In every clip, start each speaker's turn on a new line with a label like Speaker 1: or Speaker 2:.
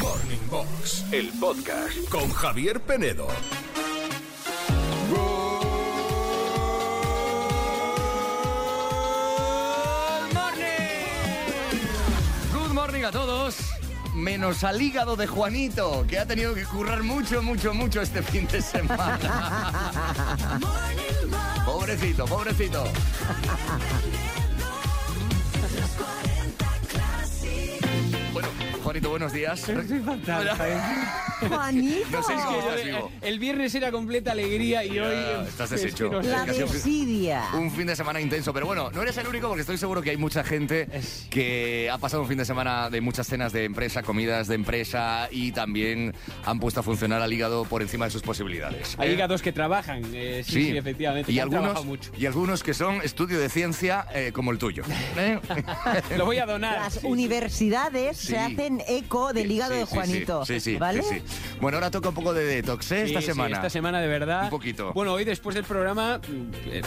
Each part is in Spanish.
Speaker 1: Morning Box, el podcast con Javier Penedo.
Speaker 2: Good morning. Good morning a todos. Menos al hígado de Juanito, que ha tenido que currar mucho, mucho, mucho este fin de semana. pobrecito, pobrecito. Bueno, Juanito, buenos días.
Speaker 3: Soy fantástica.
Speaker 4: Juanito.
Speaker 2: No sé, es que
Speaker 3: Yo
Speaker 2: Estás
Speaker 3: de-
Speaker 2: vivo.
Speaker 3: El viernes era completa alegría y hoy.
Speaker 2: Ya, estás deshecho.
Speaker 3: no sé.
Speaker 4: La
Speaker 2: Casi un-
Speaker 4: desidia.
Speaker 2: Un fin de semana intenso, pero bueno, no eres el único porque estoy seguro que hay mucha gente que ha pasado un fin de semana de muchas cenas de empresa, comidas de empresa y también han puesto a funcionar al hígado por encima de sus posibilidades.
Speaker 3: Hay
Speaker 2: ¿Eh?
Speaker 3: hígados que trabajan. eh, sí, sí, efectivamente.
Speaker 2: Y
Speaker 3: que han
Speaker 2: algunos,
Speaker 3: trabajado mucho.
Speaker 2: y algunos que son estudio de ciencia eh, como el tuyo. ¿eh?
Speaker 3: Lo voy a donar.
Speaker 4: Las
Speaker 3: sí, sí.
Speaker 4: universidades
Speaker 2: Sí.
Speaker 4: se hacen eco del hígado
Speaker 2: Sí,
Speaker 4: de
Speaker 2: sí, sí,
Speaker 4: Juanito.
Speaker 2: Sí, sí,
Speaker 4: ¿Vale?
Speaker 2: sí, sí. Bueno, ahora toca un poco de detox, ¿eh?
Speaker 3: Sí,
Speaker 2: esta
Speaker 3: sí,
Speaker 2: semana.
Speaker 3: esta semana, de verdad.
Speaker 2: Un poquito.
Speaker 3: Bueno, hoy después del programa. mm, eh,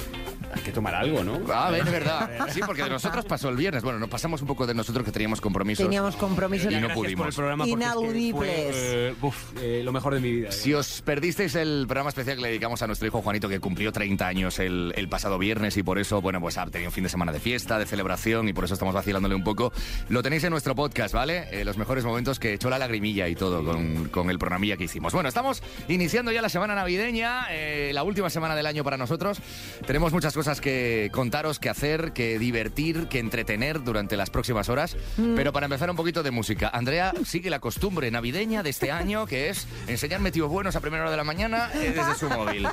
Speaker 3: hay que tomar algo, ¿no?
Speaker 2: Ah, es verdad. Sí, porque de nosotros pasó el viernes. Bueno, nos pasamos un poco de nosotros que teníamos compromisos.
Speaker 4: Teníamos compromiso.
Speaker 2: Y no
Speaker 3: Gracias por el
Speaker 2: pudimos.
Speaker 3: programa. porque es que
Speaker 4: Inaudibles.
Speaker 3: fue, eh, uf, eh, lo mejor de mi vida. eh.
Speaker 2: Si os perdisteis el programa especial que le dedicamos a nuestro hijo Juanito, que cumplió 30 años el, el pasado viernes y por eso, bueno, pues ha tenido un fin de semana de fiesta, de celebración y por eso estamos vacilándole un poco, lo tenéis en nuestro podcast, ¿vale? Eh, los mejores momentos que echó la lagrimilla y todo con, con el programilla que hicimos. Bueno, estamos iniciando ya la semana navideña, eh, la última semana del año para nosotros. Tenemos muchas cosas que contaros, que hacer, que divertir, que entretener durante las próximas horas.
Speaker 4: Mm.
Speaker 2: Pero para empezar, un poquito de música. Andrea sigue la costumbre navideña de este año, que es enseñarme tíos buenos a primera hora de la mañana eh, desde su móvil.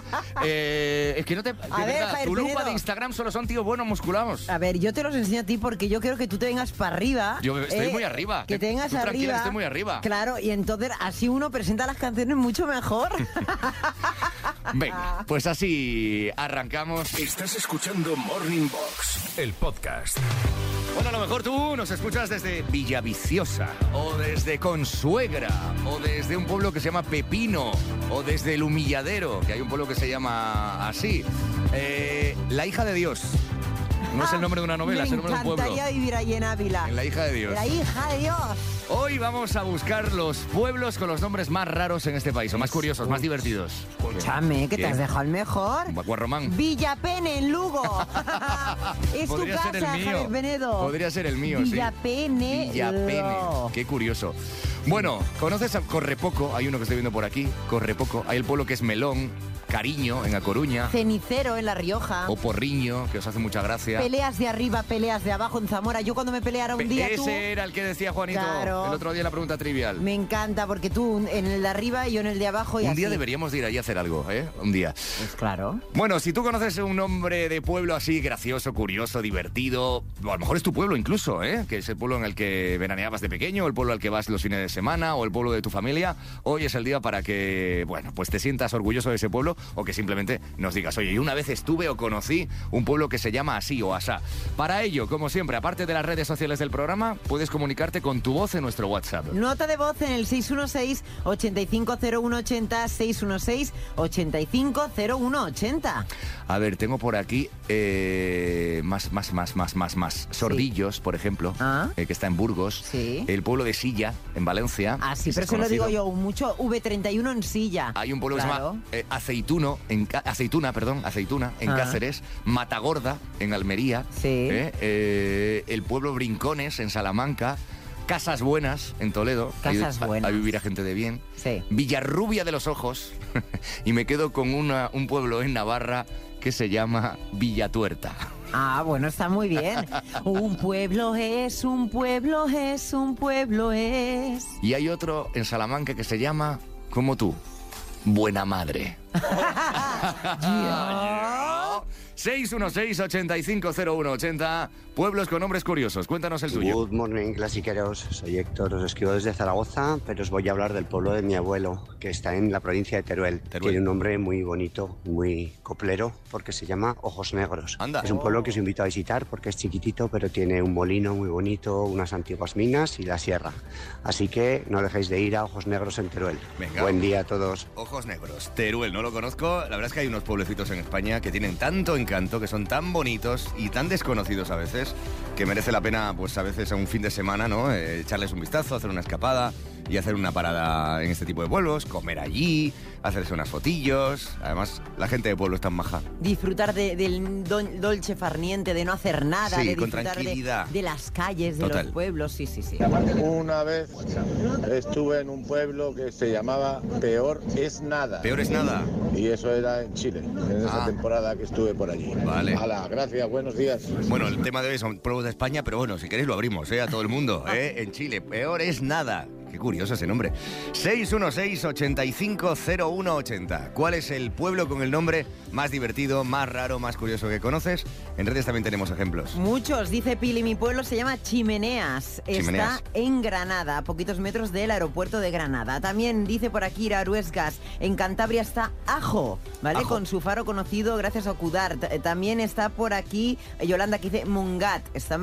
Speaker 2: Eh, es que no te. de
Speaker 4: ver,
Speaker 2: verdad,
Speaker 4: Javier
Speaker 2: tu lupa
Speaker 4: Pinedo.
Speaker 2: de Instagram solo son tíos buenos musculados.
Speaker 4: A ver, yo te los enseño a ti porque yo quiero que tú te vengas para arriba. eh,
Speaker 2: Yo estoy muy arriba.
Speaker 4: Que te
Speaker 2: Tú
Speaker 4: vengas
Speaker 2: tranquila,
Speaker 4: arriba.
Speaker 2: estoy muy arriba.
Speaker 4: Claro, y entonces así uno presenta las canciones mucho mejor.
Speaker 2: Venga, pues así arrancamos.
Speaker 1: Estás escuchando Morning Box, el podcast.
Speaker 2: Bueno, a lo mejor tú nos escuchas desde Villaviciosa, o desde Consuegra, o desde un pueblo que se llama Pepino, o desde El Humilladero, que hay un pueblo que se llama así. Eh, la hija de Dios. No es el nombre de una novela,
Speaker 4: Ah, Me
Speaker 2: es el nombre de un pueblo.
Speaker 4: encantaría vivir ahí en Ávila.
Speaker 2: En la hija de Dios.
Speaker 4: La hija de Dios.
Speaker 2: Hoy vamos a buscar los pueblos con los nombres más raros en este país, o más curiosos, más divertidos.
Speaker 4: Chame, que te
Speaker 2: ¿Qué?
Speaker 4: has dejado el mejor.
Speaker 2: Guarromán.
Speaker 4: Villapene en Lugo. es tu
Speaker 2: Podría
Speaker 4: casa,
Speaker 2: ser el mío.
Speaker 4: Javier Venedo.
Speaker 2: Podría ser el mío, sí.
Speaker 4: Villapene.
Speaker 2: Villapene.
Speaker 4: Lo.
Speaker 2: Qué curioso. Bueno, ¿conoces a Correpoco? Hay uno que estoy viendo por aquí. Correpoco. Hay el pueblo que es Melón, Cariño, en A Coruña.
Speaker 4: Cenicero en La Rioja.
Speaker 2: O Porriño, que os hace mucha gracia.
Speaker 4: Peleas de arriba, peleas de abajo en Zamora. Yo cuando me peleara un
Speaker 2: Pe-
Speaker 4: día
Speaker 2: Ese
Speaker 4: tú.
Speaker 2: era el que decía Juanito
Speaker 4: Claro.
Speaker 2: el otro día en la pregunta trivial.
Speaker 4: Me encanta porque tú en el de arriba y yo en el de abajo y
Speaker 2: Un
Speaker 4: así.
Speaker 2: día deberíamos de ir ahí a hacer algo, ¿eh? Un día.
Speaker 4: Pues claro.
Speaker 2: Bueno, si tú conoces un nombre de pueblo así gracioso, curioso, divertido, o a lo mejor es tu pueblo incluso, ¿eh? que es el pueblo en el que veraneabas de pequeño, o el pueblo al que vas los fines de semana, o el pueblo de tu familia, hoy es el día para que, bueno, pues te sientas orgulloso de ese pueblo o que simplemente nos digas, oye, yo una vez estuve o conocí un pueblo que se llama así o asá. Para ello, como siempre, aparte de las redes sociales del programa, puedes comunicarte con tu voz en nuestro WhatsApp.
Speaker 4: Nota de voz en el 616-850180, 616-850180.
Speaker 2: A ver, tengo por aquí eh, más, más, más, más, más, más. Sordillos, por ejemplo,
Speaker 4: Ah.
Speaker 2: eh, que está en Burgos.
Speaker 4: Sí.
Speaker 2: El pueblo de Silla, en Valencia.
Speaker 4: Ah, sí,
Speaker 2: Ese
Speaker 4: pero
Speaker 2: es
Speaker 4: se lo digo
Speaker 2: conocido.
Speaker 4: yo, mucho V31 en silla.
Speaker 2: Hay un pueblo
Speaker 4: Claro.
Speaker 2: que se llama eh, Aceituno, en, Ca- Aceituna, perdón, Aceituna, en
Speaker 4: Ah.
Speaker 2: Cáceres, Matagorda, en Almería,
Speaker 4: Sí.
Speaker 2: eh, eh, el pueblo Brincones, en Salamanca, Casas Buenas, en Toledo, ahí-
Speaker 4: Casas
Speaker 2: a-
Speaker 4: Buenas.
Speaker 2: ahí vivirá gente de bien,
Speaker 4: Sí.
Speaker 2: Villarrubia de los Ojos, y me quedo con una- un pueblo en Navarra que se llama Villatuerta.
Speaker 4: Ah, bueno, está muy bien. un pueblo es, un pueblo es, un pueblo es.
Speaker 2: Y hay otro en Salamanca que se llama, como tú, Buena Madre. 616-850180, pueblos con nombres curiosos. Cuéntanos el tuyo.
Speaker 5: Good morning, clasiqueros. Soy Héctor, os escribo desde Zaragoza, pero os voy a hablar del pueblo de mi abuelo, que está en la provincia de Teruel.
Speaker 2: Teruel.
Speaker 5: Tiene un nombre muy bonito, muy coplero, porque se llama Ojos Negros.
Speaker 2: Anda.
Speaker 5: Es un pueblo que os invito a visitar porque es chiquitito, pero tiene un molino muy bonito, unas antiguas minas y la sierra. Así que no dejéis de ir a Ojos Negros en Teruel.
Speaker 2: Venga.
Speaker 5: Buen día a todos.
Speaker 2: Ojos negros. Teruel, no lo conozco. La verdad es que hay unos pueblecitos en España que tienen tanto encanto, que son tan bonitos y tan desconocidos a veces, que merece la pena, pues a veces a un fin de semana, ¿no? Eh, echarles un vistazo, hacer una escapada, y hacer una parada en este tipo de pueblos, comer allí, hacerse unas fotillos. Además, la gente de pueblo es tan maja.
Speaker 4: Disfrutar de- del don- dolce farniente, de no hacer nada,
Speaker 2: Sí,
Speaker 4: de
Speaker 2: con
Speaker 4: disfrutar de-
Speaker 2: tranquilidad.
Speaker 4: De, las calles, de
Speaker 2: Total.
Speaker 4: los pueblos, sí, sí, sí.
Speaker 6: Una vez estuve en un pueblo que se llamaba Peor es Nada.
Speaker 2: Peor es nada.
Speaker 6: Y eso era en Chile, en esa
Speaker 2: Ah.
Speaker 6: temporada que estuve por allí.
Speaker 2: Vale.
Speaker 6: Hala, gracias, buenos días.
Speaker 2: Bueno, el tema de hoy son pueblos de España, pero bueno, si queréis lo abrimos ¿eh? a todo el mundo. ¿eh? En Chile, peor es nada. Qué curioso ese nombre. 616-850180. ¿Cuál es el pueblo con el nombre más divertido, más raro, más curioso que conoces? En redes también tenemos ejemplos.
Speaker 4: Muchos, dice Pili, mi pueblo se llama Chimeneas.
Speaker 2: Chimeneas.
Speaker 4: Está en Granada, a poquitos metros del aeropuerto de Granada. También dice por aquí Iraruesgas, en Cantabria está Ajo, ¿vale?
Speaker 2: Ajo.
Speaker 4: Con su faro conocido gracias a Ocudar. T- También está por aquí eh, Yolanda que dice Mungat, está en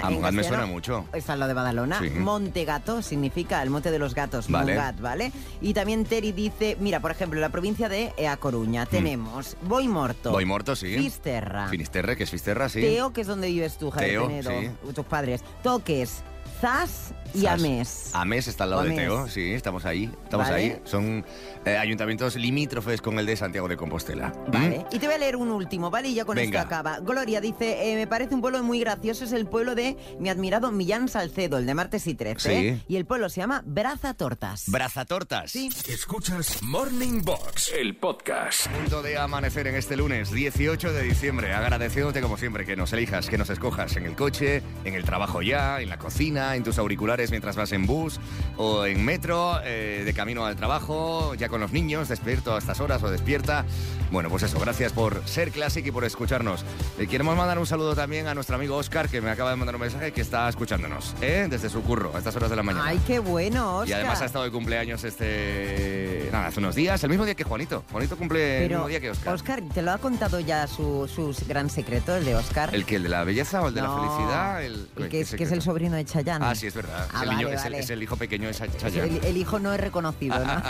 Speaker 2: A
Speaker 4: En
Speaker 2: Ah, Mungat me
Speaker 4: castellano,
Speaker 2: suena mucho.
Speaker 4: Está al lado de Badalona.
Speaker 2: Sí.
Speaker 4: Montegato significa el monte de los gatos,
Speaker 2: Vale.
Speaker 4: Mungat, ¿vale? Y también Teri dice, mira, por ejemplo, la provincia de eh, A Coruña tenemos Boy Morto.
Speaker 2: Voy muerto, Hmm. sí.
Speaker 4: Fisterra.
Speaker 2: Finisterre, que es Fisterra, sí.
Speaker 4: Teo, que es donde vives tú, Javier
Speaker 2: Teo,
Speaker 4: Penedo,
Speaker 2: sí.
Speaker 4: tus padres. Toques, Zas y
Speaker 2: Zas. Ah,
Speaker 4: Amés.
Speaker 2: Amés está al lado de
Speaker 4: Amés.
Speaker 2: Teo, sí, estamos ahí, estamos
Speaker 4: Vale.
Speaker 2: ahí. Son eh, ayuntamientos limítrofes con el de Santiago de Compostela. ¿Mm?
Speaker 4: Vale. Y te voy a leer un último, ¿vale? Y ya con
Speaker 2: Venga.
Speaker 4: esto acaba. Gloria dice, eh, me parece un pueblo muy gracioso, es el pueblo de mi admirado Millán Salcedo, el de martes y 13.
Speaker 2: Sí.
Speaker 4: Y el pueblo se llama Braza Tortas.
Speaker 2: ¿Mm? Brazatortas.
Speaker 4: Sí.
Speaker 1: Escuchas Morning Box, el podcast.
Speaker 2: Pues, Punto de amanecer en este lunes 18 de diciembre. Agradeciéndote como siempre que nos elijas, que nos escojas en el coche, en el trabajo ya, en la cocina, en tus auriculares mientras vas en bus o en metro, eh, de camino al trabajo, ya con los niños, despierto a estas horas o despierta. Bueno, pues eso, gracias por ser Classic y por escucharnos. Eh, queremos mandar un saludo también a nuestro amigo Oscar que me acaba de mandar un mensaje que está escuchándonos ¿eh? desde su curro a estas horas de la mañana.
Speaker 4: Ay, qué bueno, Óscar.
Speaker 2: Y además ha estado de cumpleaños este. Nada, hace unos días, el mismo día que Juanito. Juanito cumple el
Speaker 4: Pero,
Speaker 2: mismo día que Oscar.
Speaker 4: ¿te lo ha contado ya su, su gran secreto, el de Oscar?
Speaker 2: ¿El que? ¿El de la belleza o el de
Speaker 4: No.
Speaker 2: la felicidad? El,
Speaker 4: El
Speaker 2: Uy,
Speaker 4: que,
Speaker 2: qué
Speaker 4: es, que es el
Speaker 2: secreto.
Speaker 4: sobrino de Chayanne.
Speaker 2: Ah, sí, es verdad.
Speaker 4: Ah,
Speaker 2: es, el niño-
Speaker 4: vale,
Speaker 2: es el,
Speaker 4: vale.
Speaker 2: es el hijo pequeño de Ch- Chayanne.
Speaker 4: El, el hijo no es reconocido, ¿no?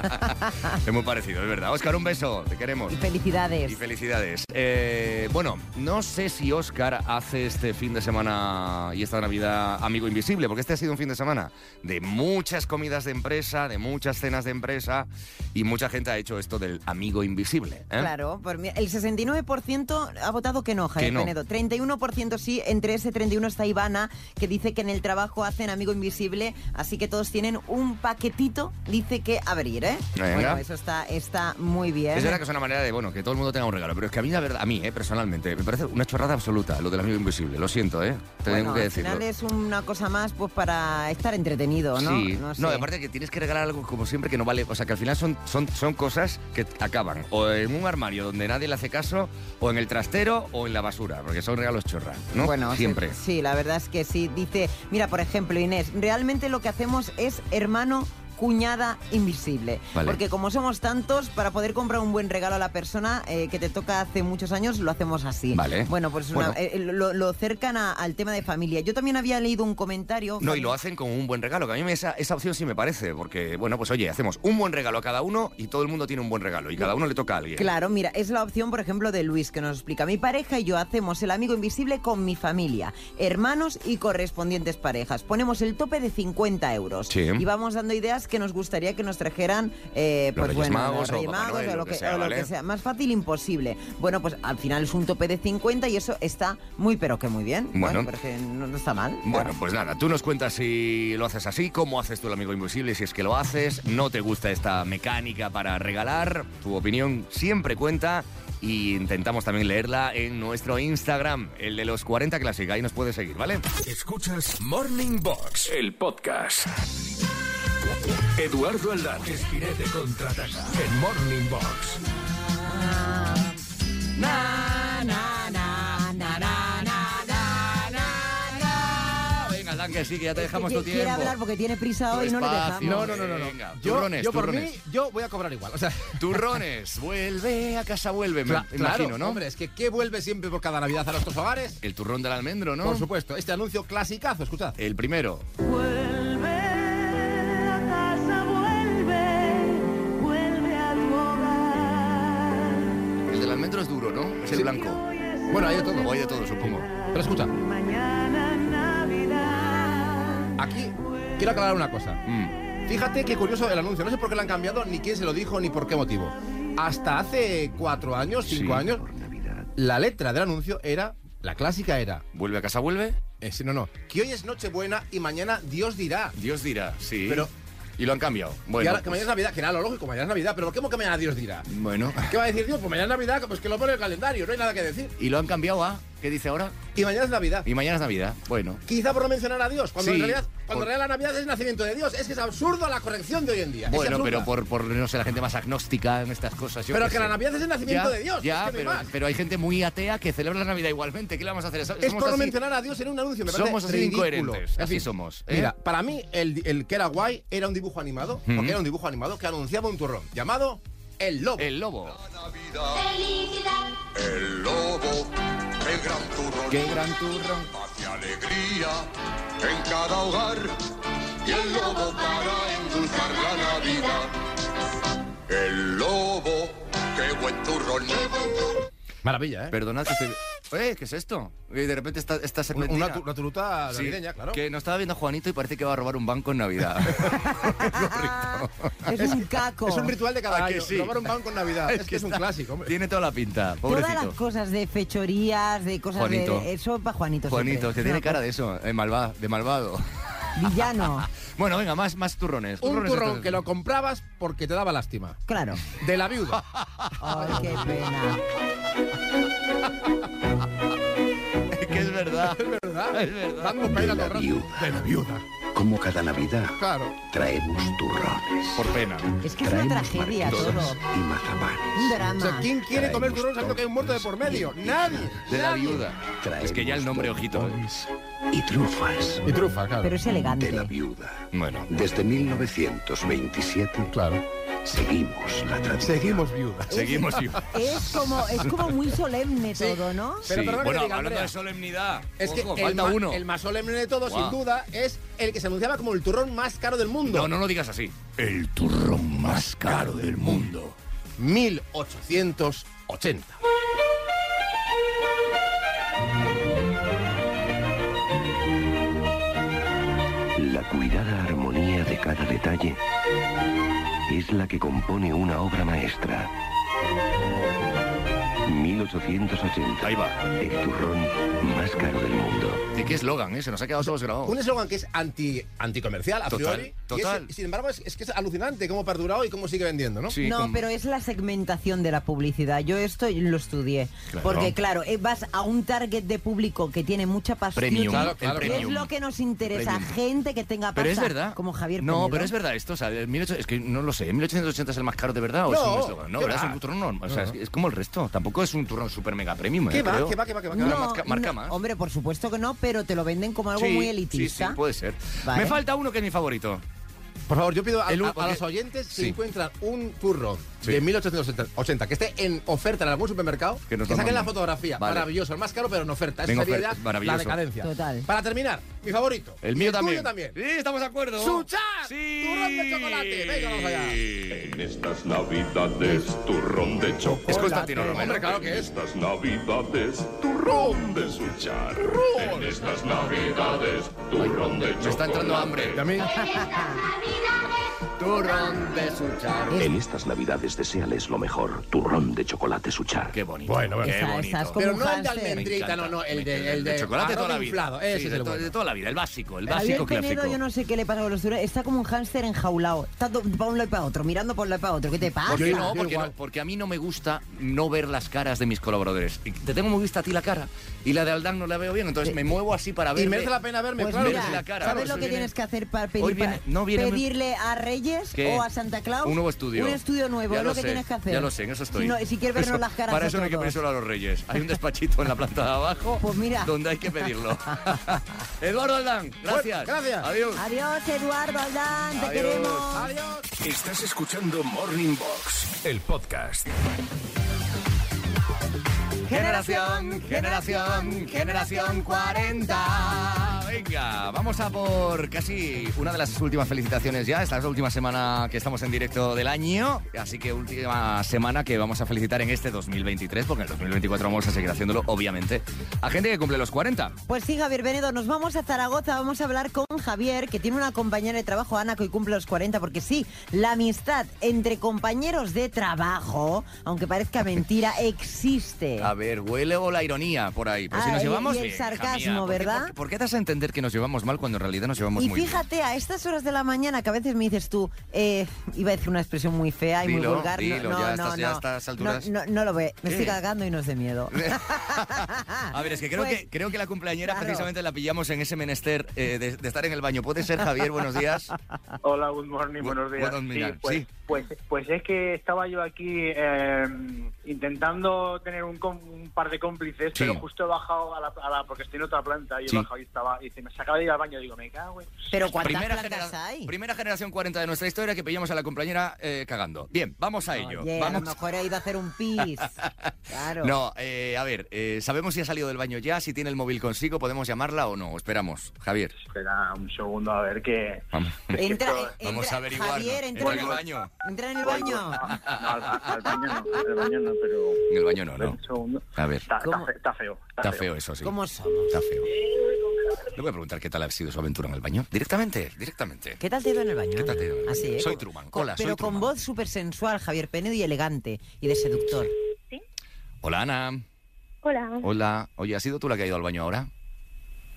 Speaker 2: Es muy parecido, es verdad. Oscar, un beso. Te queremos.
Speaker 4: y felicidades.
Speaker 2: Y felicidades. Eh, bueno, no sé si Oscar hace este fin de semana y esta Navidad Amigo Invisible, porque este ha sido un fin de semana de muchas comidas de empresa, de muchas cenas de empresa, y mucha gente ha hecho esto del Amigo Invisible. ¿eh?
Speaker 4: Claro, por mi- el 69% ha votado que no, Javier
Speaker 2: no.
Speaker 4: Penedo. 31% sí, entre ese 31 está Ivana, que dice que en el trabajo hacen amigo invisible, así que todos tienen un paquetito, dice que abrir, ¿eh?
Speaker 2: Venga.
Speaker 4: Bueno, eso está, está muy bien.
Speaker 2: Es verdad que es una manera de, bueno, que todo el mundo tenga un regalo, pero es que a mí, la verdad, a mí, eh, personalmente, me parece una chorrada absoluta lo del amigo invisible. Lo siento, ¿eh? Te
Speaker 4: Bueno,
Speaker 2: tengo que
Speaker 4: al
Speaker 2: decirlo.
Speaker 4: final es una cosa más pues para estar entretenido, ¿no?
Speaker 2: Sí, no,
Speaker 4: sé.
Speaker 2: aparte que tienes que regalar algo como siempre que no vale, o sea, que al final son, son, son cosas que acaban o en un armario donde nadie le hace caso, o en el trastero, o en la basura, porque son regalos chorra, ¿no?
Speaker 4: Bueno, sí-
Speaker 2: siempre.
Speaker 4: Sí, la verdad es que sí. Dice, mira, por ejemplo, Inés, realmente lo que hacemos es hermano cuñada invisible.
Speaker 2: Vale.
Speaker 4: Porque como somos tantos, para poder comprar un buen regalo a la persona eh, que te toca hace muchos años, lo hacemos así.
Speaker 2: Vale.
Speaker 4: Bueno, pues una-
Speaker 2: Bueno.
Speaker 4: eh, lo, lo cercan a- al tema de familia. Yo también había leído un comentario...
Speaker 2: No, y lo
Speaker 4: Javi,
Speaker 2: hacen con un buen regalo, que a mí me- esa, esa opción sí me parece, porque, bueno, pues oye, hacemos un buen regalo a cada uno y todo el mundo tiene un buen regalo, y cada uno le toca a alguien.
Speaker 4: Claro, mira, es la opción, por ejemplo, de Luis, que nos explica. Mi pareja y yo hacemos el amigo invisible con mi familia, hermanos y correspondientes parejas. Ponemos el tope de 50 euros.
Speaker 2: Sí.
Speaker 4: Y vamos dando ideas que nos gustaría que nos trajeran, eh,
Speaker 2: Los
Speaker 4: pues
Speaker 2: Reyes
Speaker 4: bueno,
Speaker 2: Magos
Speaker 4: los
Speaker 2: o
Speaker 4: Reyes
Speaker 2: Papá
Speaker 4: Magos
Speaker 2: Noel,
Speaker 4: o
Speaker 2: lo
Speaker 4: lo
Speaker 2: que
Speaker 4: que,
Speaker 2: sea,
Speaker 4: o lo
Speaker 2: ¿vale?
Speaker 4: que sea. Más fácil, imposible. Bueno, pues al final es un tope de 50 y eso está muy, pero que muy bien.
Speaker 2: Bueno.
Speaker 4: porque no, no está mal.
Speaker 2: Bueno, pues nada, tú nos cuentas si lo haces así, cómo haces tú el amigo invisible, si es que lo haces, no te gusta esta mecánica para regalar, tu opinión siempre cuenta y intentamos también leerla en nuestro Instagram, el de los 40 Clásica, ahí nos puedes seguir, ¿vale?
Speaker 1: Escuchas Morning Box, el podcast. Eduardo Aldán, Espinete contraataca en Morning Box.
Speaker 2: Ah, Venga, Dan, que sí, que ya te dejamos
Speaker 4: Quiere-
Speaker 2: tu tiempo.
Speaker 4: Quiere hablar porque tiene prisa hoy y no le
Speaker 2: Despacio.
Speaker 4: dejamos.
Speaker 2: No,
Speaker 3: No, no, no, no. no.
Speaker 2: Venga,
Speaker 3: yo,
Speaker 2: turrones,
Speaker 3: yo por
Speaker 2: turrones.
Speaker 3: mí, yo voy a cobrar igual. O sea,
Speaker 2: Turrones, vuelve a casa, vuelve, me
Speaker 3: cla-
Speaker 2: imagino,
Speaker 3: claro,
Speaker 2: ¿no?
Speaker 3: hombre, es que ¿qué vuelve siempre por cada Navidad a nuestros hogares?
Speaker 2: El turrón del almendro, ¿no?
Speaker 3: Por supuesto, este anuncio clasicazo, escuchad.
Speaker 2: El primero.
Speaker 7: Vuelve a casa, vuelve, vuelve a tu hogar.
Speaker 2: El del almendro es duro, ¿no? Es el
Speaker 3: Sí.
Speaker 2: blanco.
Speaker 3: Bueno, hay de todo.
Speaker 2: O hay de todo, supongo.
Speaker 3: Pero escucha,
Speaker 7: Mañana Navidad.
Speaker 3: aquí quiero aclarar una cosa.
Speaker 2: Mm.
Speaker 3: Fíjate qué curioso el anuncio. No sé por qué lo han cambiado, ni quién se lo dijo, ni por qué motivo. Hasta hace cuatro años, cinco
Speaker 2: Sí,
Speaker 3: años,
Speaker 2: por Navidad.
Speaker 3: la letra del anuncio era, la clásica era,
Speaker 2: ¿Vuelve a casa, vuelve?
Speaker 3: eh, sí, no, no, que hoy es Nochebuena y mañana Dios dirá.
Speaker 2: Dios dirá, sí.
Speaker 3: Pero-
Speaker 2: y lo han cambiado. Bueno,
Speaker 3: y ahora, que
Speaker 2: pues-
Speaker 3: mañana es Navidad, que era lo lógico, mañana es Navidad, pero ¿cómo que mañana Dios dirá?
Speaker 2: bueno.
Speaker 3: ¿Qué va a decir Dios? Pues mañana es Navidad, pues que lo pone en el calendario, no hay nada que decir.
Speaker 2: Y lo han cambiado a, ¿qué dice ahora?
Speaker 3: Y mañana es Navidad.
Speaker 2: Y mañana es Navidad. Bueno.
Speaker 3: Quizá por no mencionar a Dios, cuando
Speaker 2: Sí,
Speaker 3: en realidad,
Speaker 2: por-
Speaker 3: cuando en realidad la Navidad es el nacimiento de Dios. Es que es absurdo la corrección de hoy en día. es
Speaker 2: Bueno,
Speaker 3: absurda.
Speaker 2: pero por, por, no sé, la gente más agnóstica en estas cosas. yo
Speaker 3: Pero
Speaker 2: qué
Speaker 3: que la
Speaker 2: sé.
Speaker 3: Navidad es el nacimiento de Dios,
Speaker 2: Ya,
Speaker 3: es que
Speaker 2: pero,
Speaker 3: no hay más.
Speaker 2: pero hay gente muy atea que celebra la Navidad igualmente. ¿Qué le vamos a hacer? Somos
Speaker 3: Es por no
Speaker 2: así.
Speaker 3: mencionar a Dios en un anuncio. Me parece
Speaker 2: Somos así
Speaker 3: ridículo.
Speaker 2: incoherentes,
Speaker 3: En
Speaker 2: así
Speaker 3: fin,
Speaker 2: somos, ¿eh?
Speaker 3: Mira, para mí el, el que era guay era un dibujo animado, porque era un dibujo animado que anunciaba un turrón llamado El Lobo.
Speaker 2: El lobo.
Speaker 8: Felicidad,
Speaker 9: El lobo, el gran turrón,
Speaker 2: Qué gran turrón.
Speaker 9: hace alegría en cada hogar. Y el lobo para endulzar la Navidad. El lobo, qué buen turrón.
Speaker 3: Maravilla, ¿eh?
Speaker 2: Perdonad que estoy- Eh, ¿Qué es esto? Y de repente está, está
Speaker 3: Una,
Speaker 2: serpentina.
Speaker 3: tu- una turuta
Speaker 2: Sí,
Speaker 3: navideña, claro.
Speaker 2: Que nos estaba viendo Juanito y parece que va a robar un banco en Navidad.
Speaker 4: Es un caco.
Speaker 3: Es un ritual de cada
Speaker 2: ¿A Ah, que
Speaker 3: año.
Speaker 2: sí?
Speaker 3: Robar un banco en Navidad. es que es un
Speaker 2: está-
Speaker 3: clásico, hombre.
Speaker 2: Tiene toda la pinta, pobrecito.
Speaker 4: Todas las cosas de fechorías, de cosas
Speaker 2: Juanito.
Speaker 4: de... Eso para Juanito.
Speaker 2: Juanito,
Speaker 4: siempre.
Speaker 2: es que tiene cara de eso, eh, malva- de malvado.
Speaker 4: Villano.
Speaker 2: Bueno, venga, más, más turrones.
Speaker 3: Un
Speaker 2: Turrones
Speaker 3: turrón
Speaker 2: estos-
Speaker 3: que lo comprabas porque te daba lástima.
Speaker 4: Claro.
Speaker 3: De la viuda.
Speaker 4: Ay, qué pena.
Speaker 2: que es verdad.
Speaker 3: ¿Verdad?
Speaker 2: Es verdad.
Speaker 3: Vamos para ir a los ratos.
Speaker 5: viuda.
Speaker 3: De la viuda.
Speaker 5: Como cada Navidad,
Speaker 3: Claro.
Speaker 5: traemos turrones.
Speaker 2: Por pena.
Speaker 4: Es que es una tragedia todo.
Speaker 5: marquesas y mazapanes.
Speaker 4: Un
Speaker 3: O sea,
Speaker 4: drama.
Speaker 3: ¿quién quiere comer turrón sabiendo que hay un muerto de por medio? Nadie.
Speaker 2: De la
Speaker 3: nadie.
Speaker 2: viuda.
Speaker 5: Traemos
Speaker 2: Es que ya el nombre, ojito. eh.
Speaker 5: turrones Y trufas
Speaker 3: Y trufa, claro.
Speaker 4: Pero es elegante.
Speaker 5: de la viuda.
Speaker 2: Bueno.
Speaker 5: Desde 1927
Speaker 3: Claro.
Speaker 5: seguimos la tradición.
Speaker 3: Seguimos viudas.
Speaker 2: Seguimos, viuda.
Speaker 4: Es como, es como muy solemne
Speaker 3: Sí.
Speaker 4: todo, ¿no?
Speaker 3: Pero
Speaker 2: Sí.
Speaker 3: perdona que
Speaker 2: Bueno,
Speaker 3: te diga,
Speaker 2: hablando
Speaker 3: Andrea.
Speaker 2: de solemnidad.
Speaker 3: Es que
Speaker 2: ojo,
Speaker 3: el,
Speaker 2: falta
Speaker 3: ma-
Speaker 2: uno.
Speaker 3: el más solemne de todos,
Speaker 2: Guau.
Speaker 3: sin duda, es el que se anunciaba como el turrón más caro del mundo.
Speaker 2: No, no lo digas así. El turrón más caro del mundo.
Speaker 3: 1880.
Speaker 5: La cuidada armonía de cada detalle es la que compone una obra maestra. 1880.
Speaker 2: Ahí va.
Speaker 5: El turrón más caro del mundo.
Speaker 2: ¿De qué eslogan, eh? Se nos ha quedado todos grabados.
Speaker 3: Un eslogan que es anti, anticomercial, a
Speaker 2: Total,
Speaker 3: priori. y
Speaker 2: total.
Speaker 3: es- sin embargo, es, es que es alucinante cómo perdurado y cómo sigue vendiendo, ¿no?
Speaker 2: Sí,
Speaker 4: no,
Speaker 2: con-
Speaker 4: pero es la segmentación de la publicidad. Yo esto lo estudié.
Speaker 2: Claro.
Speaker 4: Porque, claro, eh, vas a un target de público que tiene mucha pasión.
Speaker 2: Premium.
Speaker 3: Claro,
Speaker 2: el
Speaker 3: claro.
Speaker 4: que
Speaker 2: premium.
Speaker 4: Es lo que nos interesa.
Speaker 2: Premium.
Speaker 4: Gente que tenga pasta.
Speaker 2: Pero es verdad.
Speaker 4: Como Javier
Speaker 2: No,
Speaker 4: Penedo.
Speaker 2: pero es verdad esto. O sea, el 18 es que no lo sé. ¿1880 es el más caro de verdad o es
Speaker 3: No,
Speaker 2: un eslogan? No,
Speaker 3: ¿qué
Speaker 2: ¿verdad?
Speaker 3: va?
Speaker 2: Es un turrón normal. O sea,
Speaker 3: No,
Speaker 2: es, es como el resto. Tampoco es un turrón super mega premium.
Speaker 3: ¿Qué
Speaker 2: eh,
Speaker 3: va?
Speaker 2: creo.
Speaker 3: ¿Qué va? ¿Qué va? ¿Qué va? ¿Qué
Speaker 4: No,
Speaker 3: va?
Speaker 2: marca- marca
Speaker 4: no,
Speaker 2: más.
Speaker 4: Hombre, por supuesto que no, pero te lo venden como algo
Speaker 2: Sí,
Speaker 4: muy
Speaker 2: Sí,
Speaker 4: elitista.
Speaker 2: sí, puede ser.
Speaker 4: Vale.
Speaker 2: Me falta uno que es mi favorito.
Speaker 3: Por favor, yo pido a,
Speaker 2: El un-
Speaker 3: a- a los oyentes si
Speaker 2: Sí.
Speaker 3: encuentran un turrón
Speaker 2: Sí.
Speaker 3: de 1880 que esté en oferta en algún supermercado,
Speaker 2: Que
Speaker 3: que,
Speaker 2: nos lo
Speaker 3: saquen la
Speaker 2: manden.
Speaker 3: fotografía.
Speaker 2: Vale.
Speaker 3: Maravilloso, el más caro, pero en oferta. Eso
Speaker 2: Venga,
Speaker 3: sería
Speaker 2: oferta,
Speaker 3: ya
Speaker 2: es maravilloso.
Speaker 3: la decadencia.
Speaker 4: Total.
Speaker 3: Para terminar, mi favorito.
Speaker 2: El
Speaker 3: y
Speaker 2: mío
Speaker 3: tuyo
Speaker 2: también.
Speaker 3: también.
Speaker 2: Sí, estamos de acuerdo.
Speaker 3: ¡Suchar!
Speaker 2: Sí.
Speaker 3: ¡Turrón de chocolate! Venga, vamos allá.
Speaker 9: En estas Navidades, turrón de chocolate.
Speaker 2: Es Constantino Romero.
Speaker 3: Hombre, claro que
Speaker 9: En
Speaker 3: es.
Speaker 9: estas navidades, turrón de suchar. En estas navidades, turrón de chocolate.
Speaker 2: Me está entrando hambre.
Speaker 3: Y a mí-
Speaker 2: Turrón de suchar.
Speaker 5: En estas navidades deseales lo mejor. Turrón de chocolate suchar.
Speaker 2: Qué bonito.
Speaker 3: Bueno, bueno.
Speaker 2: Qué
Speaker 4: Esa-
Speaker 2: bonito.
Speaker 4: esas como
Speaker 3: Pero
Speaker 4: un
Speaker 3: no el de
Speaker 4: hámster.
Speaker 2: Me
Speaker 3: almendrita,
Speaker 2: encanta.
Speaker 3: no, no, el de, el
Speaker 2: El
Speaker 3: de
Speaker 2: chocolate toda la
Speaker 3: marrón
Speaker 2: vida.
Speaker 3: inflado,
Speaker 2: Sí,
Speaker 3: Ese es
Speaker 2: de,
Speaker 3: el
Speaker 2: to-
Speaker 3: bueno.
Speaker 2: de toda la vida, el básico, el
Speaker 4: Javier
Speaker 2: básico
Speaker 4: Penedo,
Speaker 2: clásico.
Speaker 4: yo no sé qué le pasa con los turones. Está como un hámster enjaulado. Está para un lado y para otro, mirando por un lado y para otro. ¿Qué te pasa?
Speaker 2: ¿Por qué no?
Speaker 3: Yo igual, yo
Speaker 2: Porque, no?
Speaker 3: igual.
Speaker 2: Porque a mí no me gusta no ver las caras de mis colaboradores. Y Te tengo muy vista a ti la cara y la de Aldán no la veo bien, entonces me muevo así para ver.
Speaker 3: Y merece la pena verme,
Speaker 4: Pues
Speaker 3: claro.
Speaker 2: mira,
Speaker 3: que sí.
Speaker 2: la cara.
Speaker 3: Claro,
Speaker 4: ¿Sabes lo
Speaker 3: sí,
Speaker 4: que
Speaker 3: viene-
Speaker 4: tienes que hacer para
Speaker 2: Hoy
Speaker 4: pedir,
Speaker 2: viene-
Speaker 4: para-
Speaker 2: no viene-
Speaker 4: pedirle a Reyes
Speaker 2: ¿Qué?
Speaker 4: o a Santa Claus
Speaker 2: Un nuevo estudio.
Speaker 4: Un estudio nuevo,
Speaker 2: Ya
Speaker 4: es lo, que
Speaker 2: sé,
Speaker 4: tienes que hacer.
Speaker 2: Ya lo sé, en eso estoy.
Speaker 4: Si, no- si quieres vernos
Speaker 2: Eso-
Speaker 4: las caras
Speaker 2: Para
Speaker 4: de
Speaker 2: eso no hay que
Speaker 4: todos.
Speaker 2: pedírselo a los reyes. Hay un despachito en la planta de abajo
Speaker 4: Pues mira.
Speaker 2: donde hay que pedirlo. Eduardo Aldán, gracias.
Speaker 3: Bueno, gracias.
Speaker 2: Adiós.
Speaker 4: Adiós, Eduardo Aldán, te
Speaker 2: Adiós.
Speaker 4: queremos.
Speaker 3: Adiós.
Speaker 5: Estás escuchando Morning Box.
Speaker 2: El podcast.
Speaker 4: Generación, generación, generación 40.
Speaker 2: venga, vamos a por casi una de las últimas felicitaciones ya. Esta es la última semana que estamos en directo del año, así que última semana que vamos a felicitar en este 2023, porque en el 2024 vamos a seguir haciéndolo, obviamente, a gente que cumple los 40.
Speaker 4: Pues sí, Javier Benedo, nos vamos a Zaragoza, vamos a hablar con Javier, que tiene una compañera de trabajo, Ana, que hoy cumple los 40, porque sí, la amistad entre compañeros de trabajo, aunque parezca mentira, existe.
Speaker 2: A ver, huele o la ironía por ahí. Pero si
Speaker 4: Ah,
Speaker 2: nos
Speaker 4: y-
Speaker 2: llevamos
Speaker 4: y el
Speaker 2: bien, hija
Speaker 4: sarcasmo,
Speaker 2: mía, ¿por qué-
Speaker 4: ¿verdad?
Speaker 2: ¿por qué, por qué das a entender que nos llevamos mal cuando en realidad nos llevamos
Speaker 4: Y
Speaker 2: muy bien?
Speaker 4: fíjate, a estas horas de la mañana, que a veces me dices tú, eh, iba a decir una expresión muy fea y
Speaker 2: Dilo,
Speaker 4: muy vulgar.
Speaker 2: dilo, ya
Speaker 4: no, no,
Speaker 2: a estas-
Speaker 4: no,
Speaker 2: ya a estas alturas.
Speaker 4: No, no, no lo ve, me
Speaker 2: ¿Qué?
Speaker 4: estoy cagando y no es de miedo.
Speaker 2: A ver, es que creo,
Speaker 4: Pues-
Speaker 2: que, creo que la cumpleañera
Speaker 4: Claro.
Speaker 2: precisamente la pillamos en ese menester eh, de, de estar en el baño. ¿Puede ser, Javier? Buenos días.
Speaker 10: Hola, good morning,
Speaker 2: Bu-
Speaker 10: buenos días.
Speaker 2: buenos días,
Speaker 10: pues,
Speaker 2: sí.
Speaker 10: Pues, pues es que estaba yo aquí eh, intentando tener un, com- un par de cómplices, pero justo he bajado a la, a la- porque estoy en otra planta, y
Speaker 2: Sí.
Speaker 10: he bajado y estaba, y se me acaba de ir al baño, digo, me cago en... Pues
Speaker 4: Pero ¿cuántas
Speaker 2: Primera
Speaker 4: plantas
Speaker 2: genera-
Speaker 4: hay?
Speaker 2: Primera generación 40 de nuestra historia que pillamos a la compañera eh, cagando. Bien, vamos a ello.
Speaker 4: Oye, a lo
Speaker 2: vamos.
Speaker 4: mejor ha ido a hacer un pis. Claro.
Speaker 2: No, eh, a ver, eh, sabemos si ha salido del baño ya, si tiene el móvil consigo, podemos llamarla o no. Esperamos, Javier.
Speaker 10: Espera un segundo a ver qué...
Speaker 2: Vamos,
Speaker 4: Entra,
Speaker 2: Vamos
Speaker 4: entra-
Speaker 2: a averiguar.
Speaker 4: Javier,
Speaker 2: ¿no?
Speaker 4: entra
Speaker 2: en el
Speaker 4: en-
Speaker 2: baño.
Speaker 4: Entra en el baño.
Speaker 10: No, al, al baño no, al baño no, pero...
Speaker 2: En el baño no, no.
Speaker 10: Un segundo.
Speaker 2: A ver,
Speaker 10: Está, está fe- está feo.
Speaker 2: está feo eso, sí.
Speaker 4: ¿Cómo somos?
Speaker 2: Está feo. Le voy a preguntar qué tal ha sido su aventura en el baño. Directamente, directamente.
Speaker 4: ¿Qué tal te ha ido en el baño?
Speaker 2: ¿Qué tal te ha ido en el
Speaker 4: Así,
Speaker 2: baño?
Speaker 4: ¿eh?
Speaker 2: Soy
Speaker 4: Con-
Speaker 2: Truman.
Speaker 4: con-
Speaker 2: Hola, soy
Speaker 4: Pero con voz súper sensual, Javier Penedo, y elegante, y de seductor.
Speaker 2: Hola, Ana.
Speaker 9: Hola.
Speaker 2: Hola. Oye, ¿has sido tú la que ha ido al baño ahora?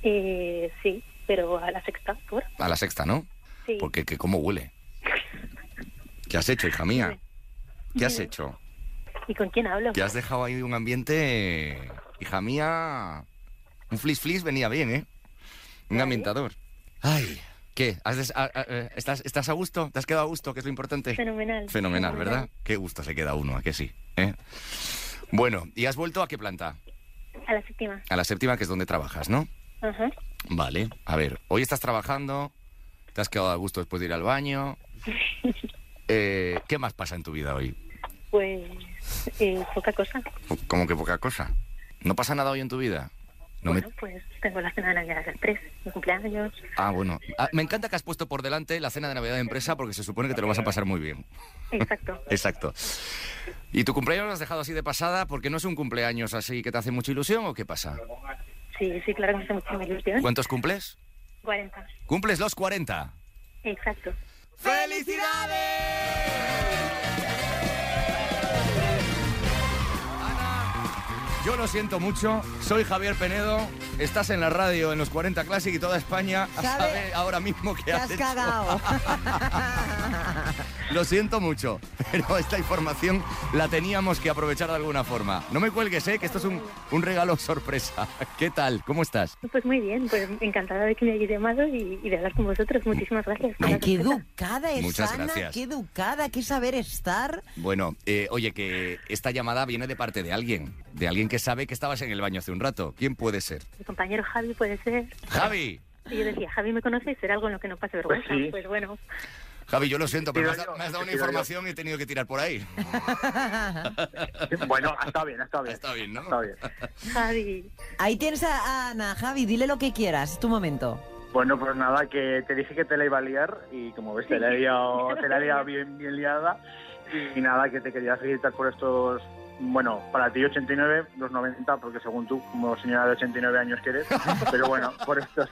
Speaker 9: Eh, sí, pero a la sexta hora.
Speaker 2: A la sexta, ¿no?
Speaker 9: Sí.
Speaker 2: Porque que cómo huele. ¿Qué has hecho, hija mía? ¿Qué has hecho?
Speaker 9: ¿Y con quién hablo?
Speaker 2: Que has dejado ahí un ambiente, hija mía. Un flis flis venía bien, ¿eh? Un ambientador. Ay, ¿qué? ¿Has des- a- a- eh, ¿Estás, ¿Estás a gusto? ¿Te has quedado a gusto? Que es lo importante.
Speaker 9: Fenomenal.
Speaker 2: Fenomenal, ¿verdad? Qué gusto se queda uno, ¿a que sí? ¿Eh? Bueno, ¿y has vuelto a qué planta?
Speaker 9: A la séptima.
Speaker 2: A la séptima, que es donde trabajas, ¿no?
Speaker 9: Ajá.
Speaker 2: Vale. A ver, hoy estás trabajando, te has quedado a gusto después de ir al baño. Eh, ¿Qué más pasa en tu vida hoy?
Speaker 9: Pues eh, poca cosa.
Speaker 2: Como que poca cosa. ¿No pasa nada hoy en tu vida? No me-
Speaker 9: Bueno, pues tengo la cena de Navidad a las tres, mi cumpleaños.
Speaker 2: Ah, bueno. Ah, me encanta que has puesto por delante la cena de Navidad de empresa porque se supone que te lo vas a pasar muy bien.
Speaker 9: Exacto.
Speaker 2: Exacto. ¿Y tu cumpleaños lo has dejado así de pasada porque no es un cumpleaños así que te hace mucha ilusión o qué pasa?
Speaker 9: Sí, sí, claro que me hace muchísima ilusión.
Speaker 2: ¿Cuántos cumples?
Speaker 9: 40.
Speaker 2: ¿Cumples los 40?
Speaker 9: Exacto.
Speaker 2: ¡Felicidades! Yo lo siento mucho, soy Javier Penedo, estás en la radio en los 40 Classic y toda España
Speaker 4: ¿Sabe?
Speaker 2: sabe ahora mismo que
Speaker 4: Te
Speaker 2: has
Speaker 4: has
Speaker 2: hecho.
Speaker 4: cagado.
Speaker 2: Lo siento mucho, pero esta información la teníamos que aprovechar de alguna forma. No me cuelgues, ¿eh? que esto es un, un regalo sorpresa. ¿Qué tal? ¿Cómo estás?
Speaker 9: Pues muy bien, pues encantada de que me hayáis llamado y, y de hablar con vosotros. Muchísimas gracias.
Speaker 4: Ay, qué educada es
Speaker 2: Muchas
Speaker 4: Ana,
Speaker 2: gracias.
Speaker 4: qué educada, qué saber estar.
Speaker 2: Bueno, eh, oye, que esta llamada viene de parte de alguien, de alguien que sabe que estabas en el baño hace un rato. ¿Quién puede ser?
Speaker 9: Mi compañero Javi puede ser.
Speaker 2: Javi.
Speaker 9: Y yo decía, Javi me conoce y será algo en lo que no pase vergüenza.
Speaker 2: sí.
Speaker 9: pues bueno.
Speaker 2: Javi, yo lo siento, pero me
Speaker 10: Tiro
Speaker 2: has, da-
Speaker 10: yo,
Speaker 2: me has dado una
Speaker 10: tiro yo.
Speaker 2: información y he tenido que tirar por ahí.
Speaker 10: Bueno, está bien, está bien.
Speaker 2: Está bien, ¿no?
Speaker 10: Está bien.
Speaker 9: Javi.
Speaker 4: Ahí tienes a Ana, Javi, dile lo que quieras, es tu momento.
Speaker 10: Bueno, pues nada, que te dije que te la iba a liar y como ves, te la he liado, te la he liado bien, bien liada. Y nada, que te quería felicitar por estos, bueno, para ti 89, los 90, porque según tú, como señora de 89 años que eres, pero bueno, por estos,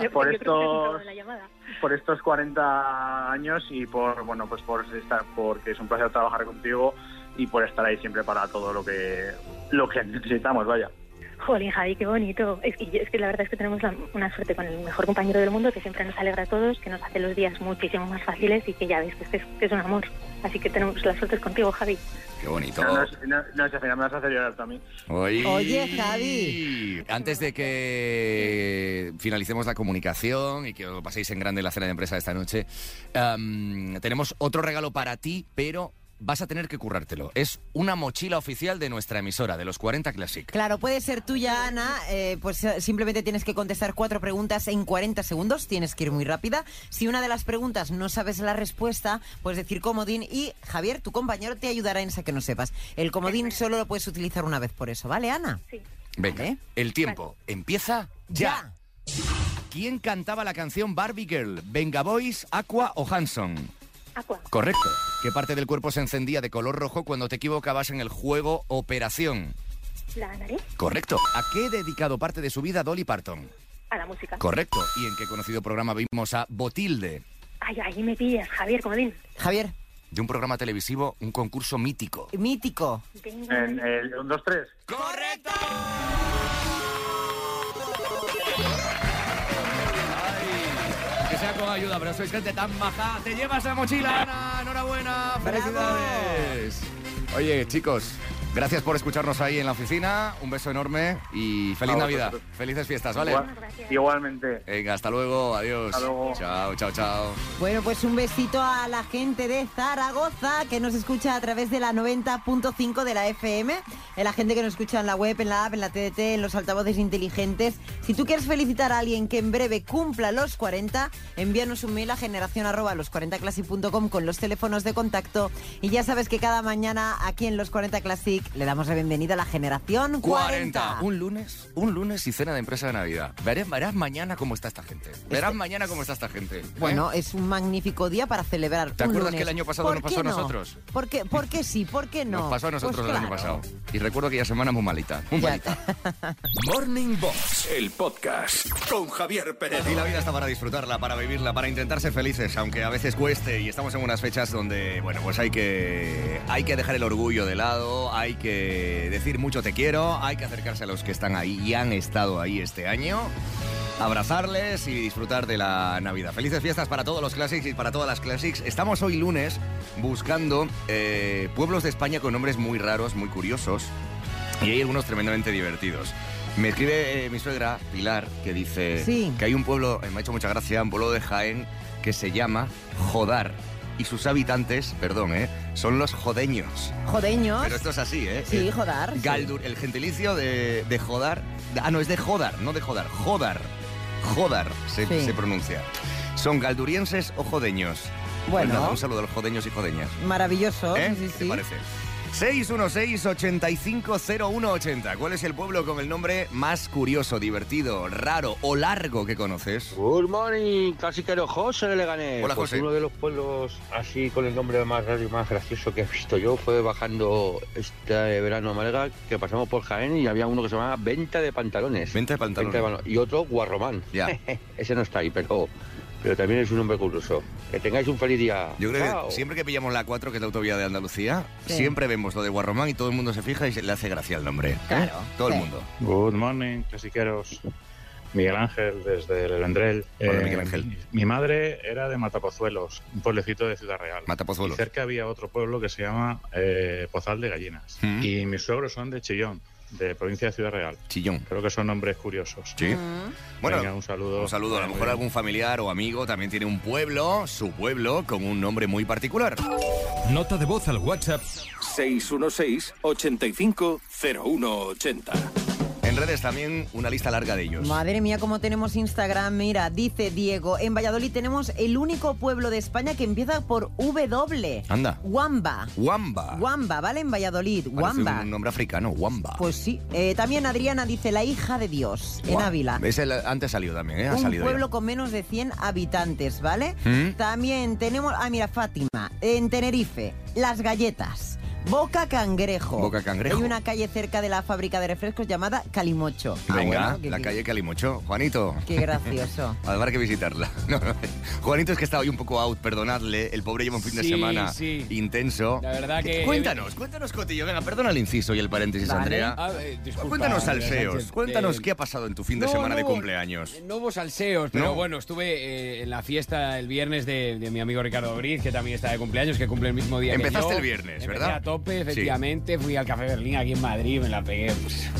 Speaker 9: Yo-
Speaker 10: por
Speaker 9: yo creo que se ha
Speaker 10: estos,
Speaker 9: acabado la llamada.
Speaker 10: por estos 40 años y por, bueno, pues por estar, porque es un placer trabajar contigo y por estar ahí siempre para todo lo que, lo que necesitamos, vaya.
Speaker 9: Jolín, Javi, qué bonito. Es que, yo- es que la verdad es que tenemos la- una suerte con el mejor compañero del mundo que siempre nos alegra a todos, que nos hace los días muchísimo más fáciles y que ya ves que este es, que es- que es un amor. Así que tenemos las suertes contigo, Javi.
Speaker 2: Qué bonito.
Speaker 10: No, no, es- no, no, es al final me vas a hacer llorar también.
Speaker 2: Oye,
Speaker 9: Oye, Javi.
Speaker 2: Antes de que finalicemos la comunicación y que os lo paséis en grande la cena de empresa de esta noche, am, tenemos otro regalo para ti, pero vas a tener que currártelo. Es una mochila oficial de nuestra emisora, de los 40 Classic.
Speaker 4: Claro, puede ser tuya, Ana. eh, pues eh, simplemente tienes que contestar cuatro preguntas en 40 segundos. Tienes que ir muy rápida. Si una de las preguntas no sabes la respuesta, puedes decir comodín y Javier, tu compañero, te ayudará en esa que no sepas. El comodín solo lo puedes utilizar una vez por eso, ¿vale, Ana?
Speaker 2: Venga, el tiempo empieza ya. ¿quién cantaba la canción Barbie Girl? ¿Venga Boys, Aqua o Hanson?
Speaker 9: Aqua.
Speaker 2: Correcto. ¿Qué parte del cuerpo se encendía de color rojo cuando te equivocabas en el juego Operación?
Speaker 9: La nariz.
Speaker 2: Correcto. ¿A qué he dedicado parte de su vida Dolly Parton?
Speaker 9: A la música.
Speaker 2: Correcto. ¿Y en qué conocido programa vimos a Botilde?
Speaker 9: Ay, ahí me pillas, Javier, Comodín.
Speaker 4: Javier.
Speaker 2: De un programa televisivo, un concurso mítico.
Speaker 4: Mítico.
Speaker 9: Venga.
Speaker 10: En el 1, 2, 3.
Speaker 2: ¡Correcto! Que sea con ayuda, pero sois gente tan maja. ¡Te llevas la mochila, Ana! ¡Enhorabuena! ¡Felicidades! Oye, chicos, gracias por escucharnos ahí en la oficina. Un beso enorme y feliz
Speaker 10: A
Speaker 2: Navidad.
Speaker 10: vosotros.
Speaker 2: Felices fiestas, ¿vale?
Speaker 10: Igual- igualmente.
Speaker 2: Venga, hasta luego. Adiós.
Speaker 10: Hasta luego.
Speaker 2: Chao, chao, chao.
Speaker 4: Bueno, pues un besito a la gente de Zaragoza que nos escucha a través de la 90.5 de la FM, a la gente que nos escucha en la web, en la app, en la TDT, en los altavoces inteligentes. Si tú quieres felicitar a alguien que en breve cumpla los 40, envíanos un mail a generación arroba los40classic.com con los teléfonos de contacto. Y ya sabes que cada mañana aquí en Los 40 Classic le damos la bienvenida a la generación 40.
Speaker 2: Un lunes, un lunes y cena de empresa de Navidad. Verás, verás mañana cómo está esta gente. Verás mañana cómo está esta gente. ¿eh?
Speaker 4: Bueno, es un magnífico día para celebrar.
Speaker 2: ¿Te
Speaker 4: un
Speaker 2: acuerdas
Speaker 4: lunes.
Speaker 2: que el año pasado
Speaker 4: ¿Por
Speaker 2: nos
Speaker 4: qué
Speaker 2: pasó a
Speaker 4: no?
Speaker 2: nosotros?
Speaker 4: ¿Por qué, por qué sí? ¿Por qué no?
Speaker 2: Nos pasó a nosotros
Speaker 4: Pues
Speaker 2: el año
Speaker 4: claro.
Speaker 2: pasado. Y recuerdo aquella semana muy malita. Muy malita. Morning Box, el podcast con Javier Pérez. Y la vida está para disfrutarla, para vivirla, para intentar ser felices, aunque a veces cueste. Y estamos en unas fechas donde, bueno, pues hay que, hay que dejar el orgullo de lado, hay que decir mucho te quiero, hay que acercarse a los que están ahí y han estado ahí este año. Abrazarles y disfrutar de la Navidad. Felices fiestas para todos los clásicos y para todas las clásicas. Estamos hoy lunes buscando eh, pueblos de España con nombres muy raros, muy curiosos. Y hay algunos tremendamente divertidos. Me escribe eh, mi suegra, Pilar, que dice
Speaker 4: Sí.
Speaker 2: que hay un pueblo, eh, me ha hecho mucha gracia, un pueblo de Jaén que se llama Jodar. Y sus habitantes, perdón, ¿eh? son los jodeños.
Speaker 4: Jodeños.
Speaker 2: Pero esto es así, ¿eh?
Speaker 4: Ah. Sí,
Speaker 2: Eh,
Speaker 4: jodar, sí.
Speaker 2: Galdur, el gentilicio de, de Jodar. Ah, no, es de Jodar, no de Jodar. Jodar. Jodar se,
Speaker 4: Sí.
Speaker 2: se pronuncia. ¿Son galdurienses o jodeños?
Speaker 4: Bueno.
Speaker 2: Pues nada, un saludo a los jodeños y jodeñas.
Speaker 4: Maravilloso.
Speaker 2: ¿Eh?
Speaker 4: sí, sí,
Speaker 2: ¿Te
Speaker 4: sí.
Speaker 2: parece? 616-850180. ¿Cuál es el pueblo con el nombre más curioso, divertido, raro o largo que conoces?
Speaker 11: Good morning, caciquero José de Leganés.
Speaker 2: Hola,
Speaker 11: Pues
Speaker 2: José.
Speaker 11: uno de los pueblos así con el nombre más raro y más gracioso que he visto yo fue bajando este verano a Málaga, que pasamos por Jaén y había uno que se llamaba Venta de Pantalones. Venta de Pantalones. Y otro Guarromán.
Speaker 2: Ya.
Speaker 11: Ese no está ahí, pero, pero también es un nombre curioso. Que tengáis un feliz día.
Speaker 2: Yo creo
Speaker 11: Chao.
Speaker 2: que siempre que pillamos la 4, que es la autovía de Andalucía,
Speaker 11: Sí.
Speaker 2: siempre vemos lo de Guarromán y todo el mundo se fija y se- le hace gracia el nombre. ¿eh?
Speaker 11: Claro,
Speaker 2: Todo
Speaker 11: sí.
Speaker 2: el mundo.
Speaker 12: Good morning, clasiqueros. Miguel Ángel desde el Andrel.
Speaker 2: Hola, Miguel Ángel.
Speaker 12: Mi madre era de Matapozuelos, un pueblecito de Ciudad Real.
Speaker 2: Matapozuelos.
Speaker 12: Y cerca había otro pueblo que se llama eh, Pozal de Gallinas. Y mis suegros son de Chillón, de provincia de Ciudad Real.
Speaker 2: Chillón.
Speaker 12: Creo que son nombres curiosos.
Speaker 2: Sí. Bueno,
Speaker 12: Bueno, un saludo.
Speaker 2: Un saludo. A lo
Speaker 12: Muy
Speaker 2: mejor
Speaker 12: bien.
Speaker 2: algún familiar o amigo también tiene un pueblo, su pueblo, con un nombre muy particular.
Speaker 13: Nota de voz al WhatsApp 616 85 0180.
Speaker 2: En redes también una lista larga de ellos.
Speaker 4: Madre mía, cómo tenemos Instagram. Mira, dice Diego, en Valladolid tenemos el único pueblo de España que empieza por W.
Speaker 2: Anda.
Speaker 4: Wamba.
Speaker 2: Wamba.
Speaker 4: Wamba, ¿vale? En Valladolid.
Speaker 2: Parece
Speaker 4: Wamba.
Speaker 2: Un nombre africano, Wamba.
Speaker 4: Pues sí. Eh, también Adriana dice la hija de Dios, en
Speaker 2: Guau.
Speaker 4: Ávila.
Speaker 2: Ese el- antes salió también, ¿eh? Ha
Speaker 4: un
Speaker 2: salido ya.
Speaker 4: pueblo con menos de 100 habitantes, ¿vale?
Speaker 2: ¿Mm?
Speaker 4: También tenemos, ah, mira, Fátima, en Tenerife, las galletas, Boca Cangrejo.
Speaker 2: Boca Cangrejo.
Speaker 4: Hay una calle cerca de la fábrica de refrescos llamada Calimocho. Ah,
Speaker 2: Venga,
Speaker 4: bueno, que-
Speaker 2: la
Speaker 4: que-
Speaker 2: calle Calimocho. Juanito.
Speaker 4: Qué gracioso.
Speaker 2: Habrá que visitarla. No, no. Juanito es que está hoy un poco out, perdonadle. El pobre lleva un fin de
Speaker 3: Sí,
Speaker 2: semana
Speaker 3: sí.
Speaker 2: intenso.
Speaker 3: La verdad que-
Speaker 2: Cuéntanos, cuéntanos, Cotillo. Venga, perdona el inciso y el paréntesis,
Speaker 3: Vale.
Speaker 2: Andrea.
Speaker 3: Ah, eh, disculpa,
Speaker 2: cuéntanos
Speaker 3: Andrea
Speaker 2: salseos.
Speaker 3: Sánchez.
Speaker 2: Cuéntanos
Speaker 3: Eh,
Speaker 2: qué ha pasado en tu fin de
Speaker 3: no,
Speaker 2: semana
Speaker 3: no
Speaker 2: de
Speaker 3: hubo-
Speaker 2: cumpleaños.
Speaker 3: No hubo salseos, pero
Speaker 2: No.
Speaker 3: bueno, estuve eh, en la fiesta el viernes de, de mi amigo Ricardo Briz, que también está de cumpleaños, que cumple el mismo día
Speaker 2: Empezaste
Speaker 3: que yo.
Speaker 2: el viernes,
Speaker 3: Empecé
Speaker 2: ¿verdad?
Speaker 3: a tope,
Speaker 2: Sí.
Speaker 3: efectivamente. Fui al Café Berlín aquí en Madrid, me la pegué. pues,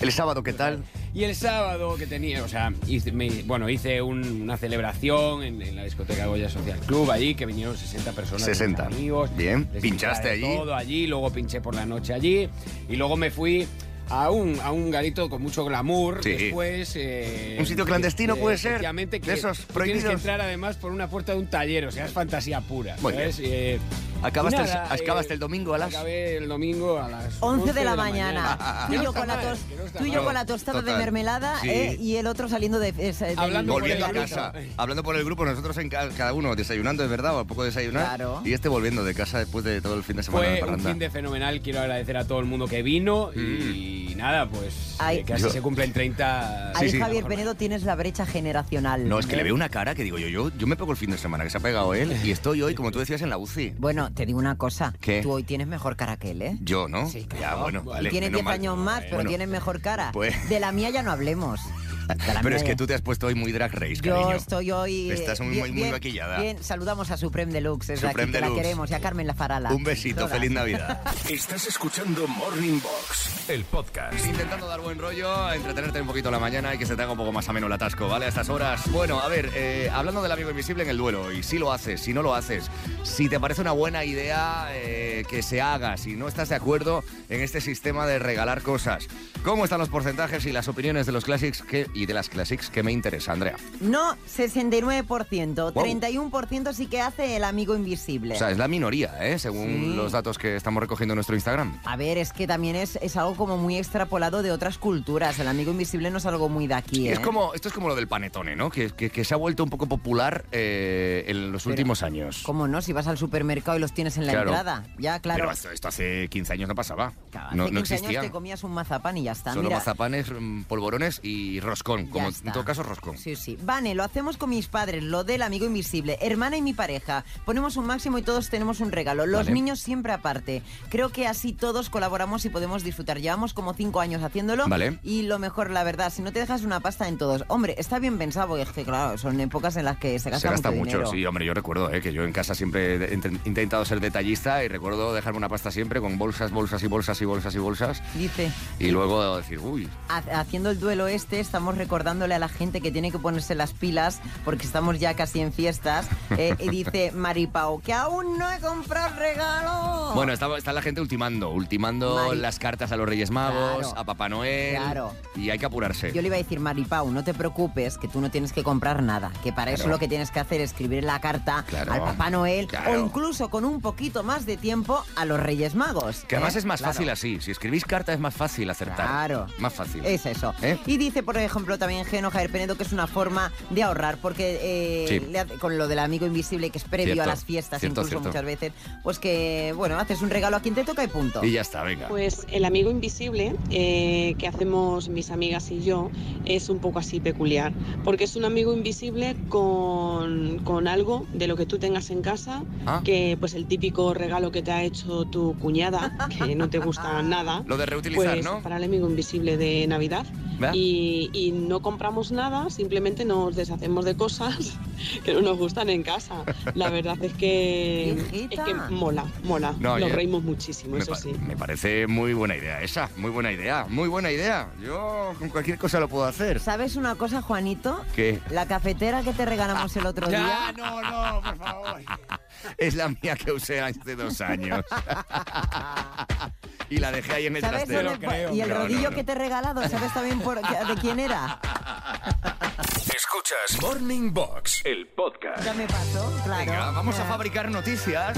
Speaker 2: El sábado, ¿qué tal?
Speaker 3: Y el sábado que tenía, o sea, hice, me- bueno, hice un- una celebración en, en la discoteca Goya Social Club allí, que vinieron 60 personas.
Speaker 2: 60.
Speaker 3: amigos.
Speaker 2: Bien,
Speaker 3: Les
Speaker 2: pinchaste
Speaker 3: hice de
Speaker 2: allí.
Speaker 3: Todo allí, luego pinché por la noche allí y luego me fui a un, a un garito con mucho glamour.
Speaker 2: Sí.
Speaker 3: Después. eh,
Speaker 2: Un sitio clandestino
Speaker 3: eh,
Speaker 2: puede ser,
Speaker 3: efectivamente,
Speaker 2: de
Speaker 3: que
Speaker 2: esos
Speaker 3: tú Tienes
Speaker 2: prohibidos.
Speaker 3: que entrar además por una puerta de un taller, o sea, es fantasía pura.
Speaker 2: Muy
Speaker 3: ¿sabes? Eh,
Speaker 2: Acabaste,
Speaker 3: Y nada,
Speaker 2: el, acabaste
Speaker 3: eh,
Speaker 2: el domingo a las...
Speaker 3: Acabé el domingo a las
Speaker 4: 11 de la
Speaker 3: mañana.
Speaker 4: mañana. Tú y yo con la tos- tú y yo con la tostada de
Speaker 2: Total.
Speaker 4: mermelada
Speaker 2: Sí.
Speaker 4: eh, y el otro saliendo de... es- del-
Speaker 2: volviendo a casa. Hablando por el grupo, nosotros en ca- cada uno desayunando, es verdad, o a poco desayunar.
Speaker 3: Claro.
Speaker 2: Y este volviendo de casa después de todo el fin de semana de
Speaker 3: Fue un
Speaker 2: parranda.
Speaker 3: fin de fenomenal, quiero agradecer a todo el mundo que vino y nada, pues
Speaker 4: Ay.
Speaker 3: eh, que así
Speaker 2: Mm. Yo-
Speaker 3: se cumplen 30...
Speaker 4: Ahí, Javier Penedo, tienes la brecha generacional.
Speaker 2: No, es que
Speaker 3: ¿Eh?
Speaker 2: le veo una cara que digo yo, yo, yo me pego el fin de semana, que se ha pegado él, y estoy hoy, como tú decías, en la UCI.
Speaker 4: Bueno, te digo una cosa.
Speaker 2: ¿Qué?
Speaker 4: Tú hoy tienes mejor cara que él, ¿eh?
Speaker 2: Yo, ¿no?
Speaker 4: Sí,
Speaker 2: Ya,
Speaker 4: claro.
Speaker 2: bueno,
Speaker 4: Y
Speaker 2: vale.
Speaker 4: tienes
Speaker 2: menos
Speaker 4: 10
Speaker 2: mal.
Speaker 4: años más, pero
Speaker 2: Bueno,
Speaker 4: tienes mejor cara.
Speaker 2: pues-
Speaker 4: De la mía ya no hablemos. De la
Speaker 2: Pero es
Speaker 4: mía
Speaker 2: que
Speaker 4: ya-
Speaker 2: tú te has puesto hoy muy drag race,
Speaker 4: Yo
Speaker 2: cariño.
Speaker 4: estoy hoy... eh,
Speaker 2: Estás muy-
Speaker 4: bien-
Speaker 2: muy- muy
Speaker 4: bien-
Speaker 2: maquillada.
Speaker 4: Bien, saludamos a Supreme Deluxe. Es
Speaker 2: Supreme
Speaker 4: que
Speaker 2: Deluxe.
Speaker 4: la queremos y a Carmen La Farala.
Speaker 2: Un besito,
Speaker 4: Todas.
Speaker 2: feliz Navidad.
Speaker 13: Estás escuchando Morning Box, el podcast.
Speaker 2: Intentando dar buen rollo, entretenerte un poquito la mañana y que se te haga un poco más ameno el atasco, ¿vale? A estas horas. Bueno, a ver, eh, hablando del amigo invisible en el duelo, y si lo haces, si no lo haces, si te parece una buena idea eh, que se haga, si no estás de acuerdo en este sistema de regalar cosas, ¿cómo están los porcentajes y las opiniones de los classics que, y de las classics que me interesa, Andrea?
Speaker 4: No, 69%.
Speaker 2: Wow.
Speaker 4: 31% sí que hace el amigo invisible.
Speaker 2: O sea, es la minoría, ¿eh? Según
Speaker 4: Sí.
Speaker 2: los datos que estamos recogiendo en nuestro Instagram.
Speaker 4: A ver, es que también es, es algo como muy extrapolado de otras culturas. El amigo invisible no es algo muy de aquí. ¿eh?
Speaker 2: Es como, esto es como lo del panetone, ¿no? Que, que- que se ha vuelto un poco popular eh, en los últimos años.
Speaker 4: ¿Cómo no? Si vas al supermercado y los tienes en la
Speaker 2: Claro.
Speaker 4: entrada. Ya, claro.
Speaker 2: Pero esto, esto hace 15 años no pasaba.
Speaker 4: Hace
Speaker 2: no, no
Speaker 4: 15
Speaker 2: existía.
Speaker 4: años te comías un mazapán y ya está.
Speaker 2: Solo
Speaker 4: Mira,
Speaker 2: mazapanes, mm, polvorones y roscón. Como
Speaker 4: está.
Speaker 2: en todo caso, roscón.
Speaker 4: Sí, sí. Vane, lo hacemos con mis padres, lo del amigo invisible, hermana y mi pareja. Ponemos un máximo y todos tenemos un regalo. Los
Speaker 2: Vale.
Speaker 4: niños siempre aparte. Creo que así todos colaboramos y podemos disfrutar. Llevamos como cinco años haciéndolo.
Speaker 2: Vale.
Speaker 4: Y lo mejor, la verdad, si no te dejas una pasta en todos. Hombre, está bien pensado, porque es que claro, son épocas en las que se gasta,
Speaker 2: Se gasta
Speaker 4: mucho,
Speaker 2: mucho,
Speaker 4: dinero.
Speaker 2: sí, hombre, yo recuerdo eh, que yo en casa siempre he int- intentado ser detallista y recuerdo dejarme una pasta siempre con bolsas, bolsas y bolsas y bolsas y bolsas
Speaker 4: Dice,
Speaker 2: y luego decir, uy,
Speaker 4: ha- haciendo el duelo este, estamos recordándole a la gente que tiene que ponerse las pilas porque estamos ya casi en fiestas. Eh, y dice Maripao, que aún no he comprado el regalo.
Speaker 2: Bueno, está, está la gente ultimando, ultimando
Speaker 4: Mari-
Speaker 2: las cartas a los Reyes Magos,
Speaker 4: Claro.
Speaker 2: a Papá Noel.
Speaker 4: Claro.
Speaker 2: Y hay que apurarse.
Speaker 4: Yo le iba a decir, Maripau, no te preocupes, que tú no tienes que comprar nada, que para eso
Speaker 2: Claro.
Speaker 4: lo que tienes que hacer es escribir la carta
Speaker 2: Claro.
Speaker 4: al Papá Noel
Speaker 2: Claro.
Speaker 4: o incluso con un poquito más de tiempo a los Reyes Magos.
Speaker 2: Que además
Speaker 4: ¿eh?
Speaker 2: es más
Speaker 4: Claro.
Speaker 2: fácil así. Si escribís carta es más fácil acertar.
Speaker 4: Claro.
Speaker 2: Más fácil.
Speaker 4: Es eso.
Speaker 2: ¿Eh?
Speaker 4: Y dice, por ejemplo, también Geno Javier Penedo que es una forma de ahorrar, porque eh,
Speaker 2: Sí.
Speaker 4: le hace- con lo del amigo invisible que es previo
Speaker 2: Cierto,
Speaker 4: a las fiestas,
Speaker 2: cierto,
Speaker 4: incluso
Speaker 2: cierto.
Speaker 4: muchas veces, pues que, bueno, haces un regalo a quien te toca y punto.
Speaker 2: Y ya está, venga.
Speaker 14: Pues el amigo invisible eh, que hacemos mis amigas y yo es un poco así peculiar, porque es un amigo invisible con, con algo de lo que tú tengas en casa,
Speaker 2: Ah.
Speaker 14: que pues el típico regalo que te ha hecho tu cuñada, que no te gusta nada.
Speaker 2: Lo de reutilizar,
Speaker 14: pues,
Speaker 2: ¿no?
Speaker 14: Para el amigo invisible de Navidad.
Speaker 2: ¿Va?
Speaker 14: Y, y no compramos nada, simplemente nos deshacemos de cosas que no nos gustan en casa. La verdad es que, Eh, es que mola, mola.
Speaker 2: No,
Speaker 14: nos
Speaker 2: yo-
Speaker 14: reímos muchísimo,
Speaker 2: me
Speaker 14: eso
Speaker 2: pa-
Speaker 14: sí.
Speaker 2: Me parece muy buena idea esa. Muy buena idea. Muy buena idea. Yo con cualquier cosa lo puedo hacer.
Speaker 4: ¿Sabes una cosa, Juanito?
Speaker 2: ¿Qué?
Speaker 4: La cafetera que te regalamos el otro
Speaker 2: Ya,
Speaker 4: día.
Speaker 2: no, no, por favor. Es la mía que usé hace dos años. y la dejé ahí en el
Speaker 4: ¿Sabes
Speaker 2: trastero.
Speaker 4: dónde- y el
Speaker 2: No, no,
Speaker 4: rodillo
Speaker 2: no.
Speaker 4: que te he regalado, ¿sabes también por, de quién era?
Speaker 13: Escuchas Morning Box, el podcast.
Speaker 4: Ya me pasó, claro.
Speaker 2: Venga, vamos a fabricar noticias.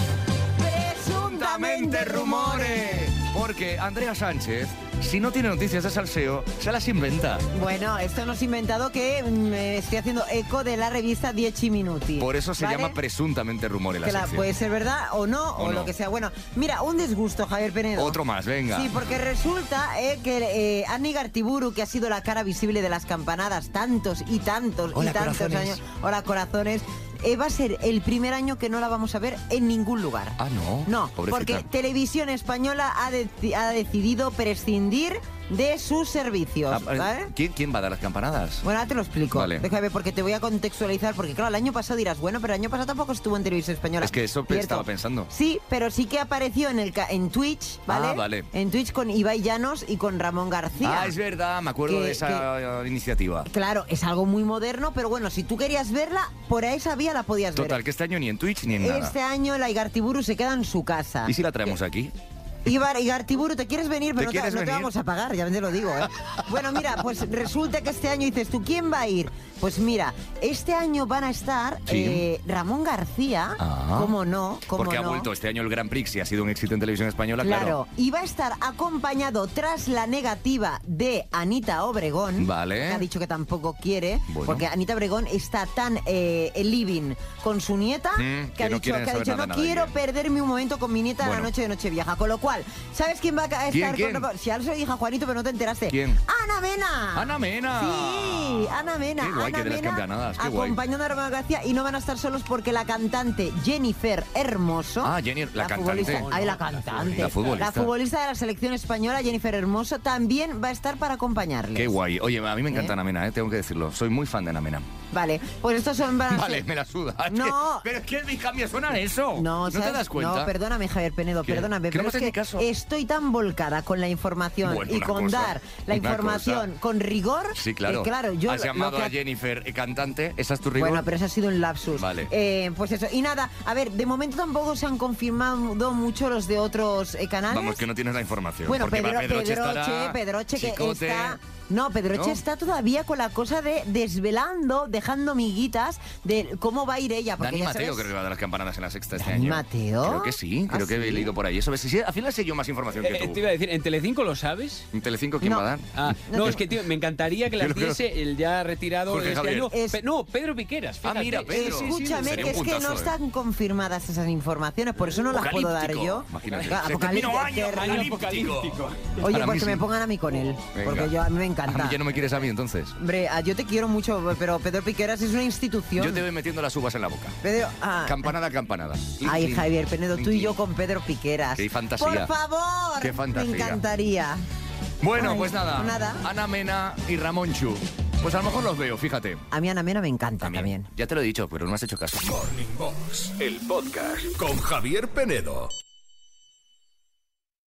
Speaker 2: Presuntamente rumores. Porque Andrea Sánchez, si no tiene noticias de salseo, se las inventa.
Speaker 4: Bueno, esto no es inventado que mm, eh, estoy haciendo eco de la revista Dieci Minuti.
Speaker 2: Por eso se
Speaker 4: ¿vale?
Speaker 2: llama presuntamente rumores la
Speaker 4: Que la-
Speaker 2: sección.
Speaker 4: puede ser verdad o no,
Speaker 2: O
Speaker 4: o,
Speaker 2: no.
Speaker 4: lo que sea. Bueno, mira, un disgusto, Javier Penedo.
Speaker 2: Otro más, venga.
Speaker 4: Sí, porque resulta eh, que eh, Annie Gartiburu, que ha sido la cara visible de las campanadas tantos y tantos
Speaker 2: Hola,
Speaker 4: y tantos
Speaker 2: corazones.
Speaker 4: años. Hola, corazones. eh, va a ser el primer año que no la vamos a ver en ningún lugar.
Speaker 2: Ah, no.
Speaker 4: No,
Speaker 2: Pobrecita. Ah,
Speaker 4: porque Televisión Española ha, deci- ha decidido prescindir de sus servicios.
Speaker 2: Ah, eh,
Speaker 4: ¿vale?
Speaker 2: ¿quién, quién va a dar las campanadas?
Speaker 4: Bueno, ahora te lo explico.
Speaker 2: Vale.
Speaker 4: Déjame, porque te voy a contextualizar, porque claro, el año pasado dirás, bueno, pero el año pasado tampoco estuvo en televisión española.
Speaker 2: Es que eso
Speaker 4: Cierto.
Speaker 2: estaba pensando.
Speaker 4: Sí, pero sí que apareció en el ca- en Twitch, ¿vale?
Speaker 2: Ah, vale.
Speaker 4: En Twitch con Ibai Llanos y con Ramón García.
Speaker 2: Ah, es verdad, me acuerdo
Speaker 4: Que-
Speaker 2: de esa eh, iniciativa.
Speaker 4: Claro, es algo muy moderno, pero bueno, si tú querías verla, por esa vía la podías
Speaker 2: Total,
Speaker 4: ver.
Speaker 2: que este año ni en Twitch ni en nada.
Speaker 4: Este año la Igartiburu se queda en su casa.
Speaker 2: ¿Y si la traemos aquí?
Speaker 4: Ibar, Igartiburu, ¿te quieres venir?
Speaker 2: ¿Te
Speaker 4: Pero no, te,
Speaker 2: quieres
Speaker 4: no te
Speaker 2: venir?
Speaker 4: vamos a pagar, ya te lo digo. ¿eh? Bueno, mira, pues resulta que este año dices, ¿tú quién va a ir? Pues mira, este año van a estar
Speaker 2: Sí.
Speaker 4: eh, Ramón García,
Speaker 2: Ah.
Speaker 4: cómo no, cómo
Speaker 2: Porque
Speaker 4: no.
Speaker 2: ha vuelto este año el Gran Prix y ha sido un éxito en televisión española,
Speaker 4: Claro,
Speaker 2: claro.
Speaker 4: y va a estar acompañado tras la negativa de Anita Obregón.
Speaker 2: Vale.
Speaker 4: Que ha dicho que tampoco quiere,
Speaker 2: Bueno.
Speaker 4: porque Anita Obregón está tan eh, living con su nieta
Speaker 2: Mm,
Speaker 4: que,
Speaker 2: que
Speaker 4: ha
Speaker 2: no
Speaker 4: dicho,
Speaker 2: quieren
Speaker 4: que ha
Speaker 2: saber
Speaker 4: dicho,
Speaker 2: nada,
Speaker 4: no
Speaker 2: nada de
Speaker 4: quiero perderme un momento con mi nieta la
Speaker 2: Bueno.
Speaker 4: noche de Nochevieja. Con lo cual, ¿sabes quién va a estar
Speaker 2: ¿Quién,
Speaker 4: con
Speaker 2: quién?
Speaker 4: Ramón? Si ya se lo dije a Juanito, pero no te enteraste.
Speaker 2: ¿Quién?
Speaker 4: ¡Ana Mena!
Speaker 2: ¡Ana Mena!
Speaker 4: Sí, Ana Mena.
Speaker 2: Ah. Qué guay, que
Speaker 4: Ana
Speaker 2: de las
Speaker 4: Mena
Speaker 2: campanadas, qué guay.
Speaker 4: acompañando a Ramón García y no van a estar solos porque la cantante Jennifer Hermoso.
Speaker 2: Ah, Jenny, la cantante.
Speaker 4: futbolista- ay, la cantante.
Speaker 2: La futbolista.
Speaker 4: futbolista de la selección española, Jennifer Hermoso, también va a estar para acompañarle.
Speaker 2: Qué guay. Oye, a mí me encanta
Speaker 4: ¿Eh?
Speaker 2: Ana Mena, eh, tengo que decirlo. Soy muy fan de Ana Mena.
Speaker 4: Vale, pues estos son... van a
Speaker 2: Vale,
Speaker 4: ser-
Speaker 2: me la suda. Es
Speaker 4: No.
Speaker 2: que- pero es que en mi cambio suena eso.
Speaker 4: No,
Speaker 2: ¿No te
Speaker 4: ¿sabes?
Speaker 2: das cuenta.
Speaker 4: No, perdóname, Javier Penedo,
Speaker 2: ¿Qué?
Speaker 4: perdóname.
Speaker 2: Que no
Speaker 4: Pero
Speaker 2: me
Speaker 4: es
Speaker 2: haces ni
Speaker 4: que
Speaker 2: caso.
Speaker 4: estoy tan volcada con la información
Speaker 2: Bueno,
Speaker 4: y
Speaker 2: una
Speaker 4: con
Speaker 2: cosa,
Speaker 4: dar
Speaker 2: una
Speaker 4: la información
Speaker 2: cosa.
Speaker 4: con rigor.
Speaker 2: Sí, claro.
Speaker 4: que, Eh, claro, yo
Speaker 2: Has
Speaker 4: lo- lo
Speaker 2: llamado
Speaker 4: que
Speaker 2: a Jennifer eh, cantante. Esa es tu rigor.
Speaker 4: Bueno, pero eso ha sido un lapsus.
Speaker 2: Vale.
Speaker 4: Eh, pues eso. Y nada, a ver, de momento tampoco se han confirmado mucho los de otros eh, canales.
Speaker 2: Vamos, que no tienes la información.
Speaker 4: bueno,
Speaker 2: porque
Speaker 4: Pedro,
Speaker 2: va Pedroche,
Speaker 4: Pedroche,
Speaker 2: estará,
Speaker 4: Pedroche, que
Speaker 2: Chicote.
Speaker 4: está... No, Pedroche
Speaker 2: ¿No?
Speaker 4: está todavía con la cosa de desvelando, dejando miguitas de cómo va a ir ella. Porque
Speaker 2: Dani
Speaker 4: ya
Speaker 2: Mateo
Speaker 4: sabes-
Speaker 2: creo que va de las campanadas en la sexta este
Speaker 4: ¿Dani
Speaker 2: año.
Speaker 4: Mateo?
Speaker 2: Creo que sí, creo
Speaker 4: ¿Ah,
Speaker 2: que he
Speaker 4: sí?
Speaker 2: leído por ahí. Eso, si, al final sé yo más información que
Speaker 3: Eh,
Speaker 2: tú.
Speaker 3: te iba a decir, ¿en Telecinco lo sabes?
Speaker 2: ¿En Telecinco quién va a dar?
Speaker 3: Ah, no, es que tío, me encantaría que las
Speaker 2: Yo creo-
Speaker 3: diese el ya retirado
Speaker 2: Jorge
Speaker 3: de este
Speaker 2: Javier.
Speaker 3: año. Pe- no, Pedro Piqueras.
Speaker 2: Ah,
Speaker 3: fíjate.
Speaker 2: mira, Pedro.
Speaker 3: Sí, sí, sí.
Speaker 4: Eh, Escúchame,
Speaker 2: Sería
Speaker 4: que
Speaker 2: un
Speaker 4: es que no
Speaker 2: puntazo, eh.
Speaker 4: están confirmadas esas informaciones, por eso no las puedo dar
Speaker 2: Apocalíptico,
Speaker 4: yo.
Speaker 2: Imagínate.
Speaker 4: Claro,
Speaker 2: Se
Speaker 4: apocalíptico,
Speaker 2: terminó año
Speaker 4: hacer-
Speaker 2: apocalíptico.
Speaker 4: Oye,
Speaker 2: Ahora
Speaker 4: pues que
Speaker 2: mismo.
Speaker 4: me pongan a mí con él,
Speaker 2: Venga.
Speaker 4: porque yo a mí me encanta.
Speaker 2: A mí Ah, ya no me quieres a mí entonces.
Speaker 4: Hombre, ah, yo te quiero mucho, pero Pedro Piqueras es una institución.
Speaker 2: Yo te voy metiendo las uvas en la boca.
Speaker 4: Pedro, ah,
Speaker 2: Campanada a campanada. Clink,
Speaker 4: ay,
Speaker 2: clink.
Speaker 4: Javier Penedo, tú y yo con Pedro Piqueras.
Speaker 2: Qué fantasía.
Speaker 4: Por favor.
Speaker 2: Qué fantasía.
Speaker 4: Me encantaría.
Speaker 2: Bueno,
Speaker 4: Ay,
Speaker 2: pues nada.
Speaker 4: nada.
Speaker 2: Ana Mena y Ramón Chu. Pues a lo mejor los veo, fíjate.
Speaker 4: A mí Ana Mena me encanta también.
Speaker 2: Ya te lo he dicho, pero no has hecho caso.
Speaker 13: Morning Box, el podcast con Javier Penedo.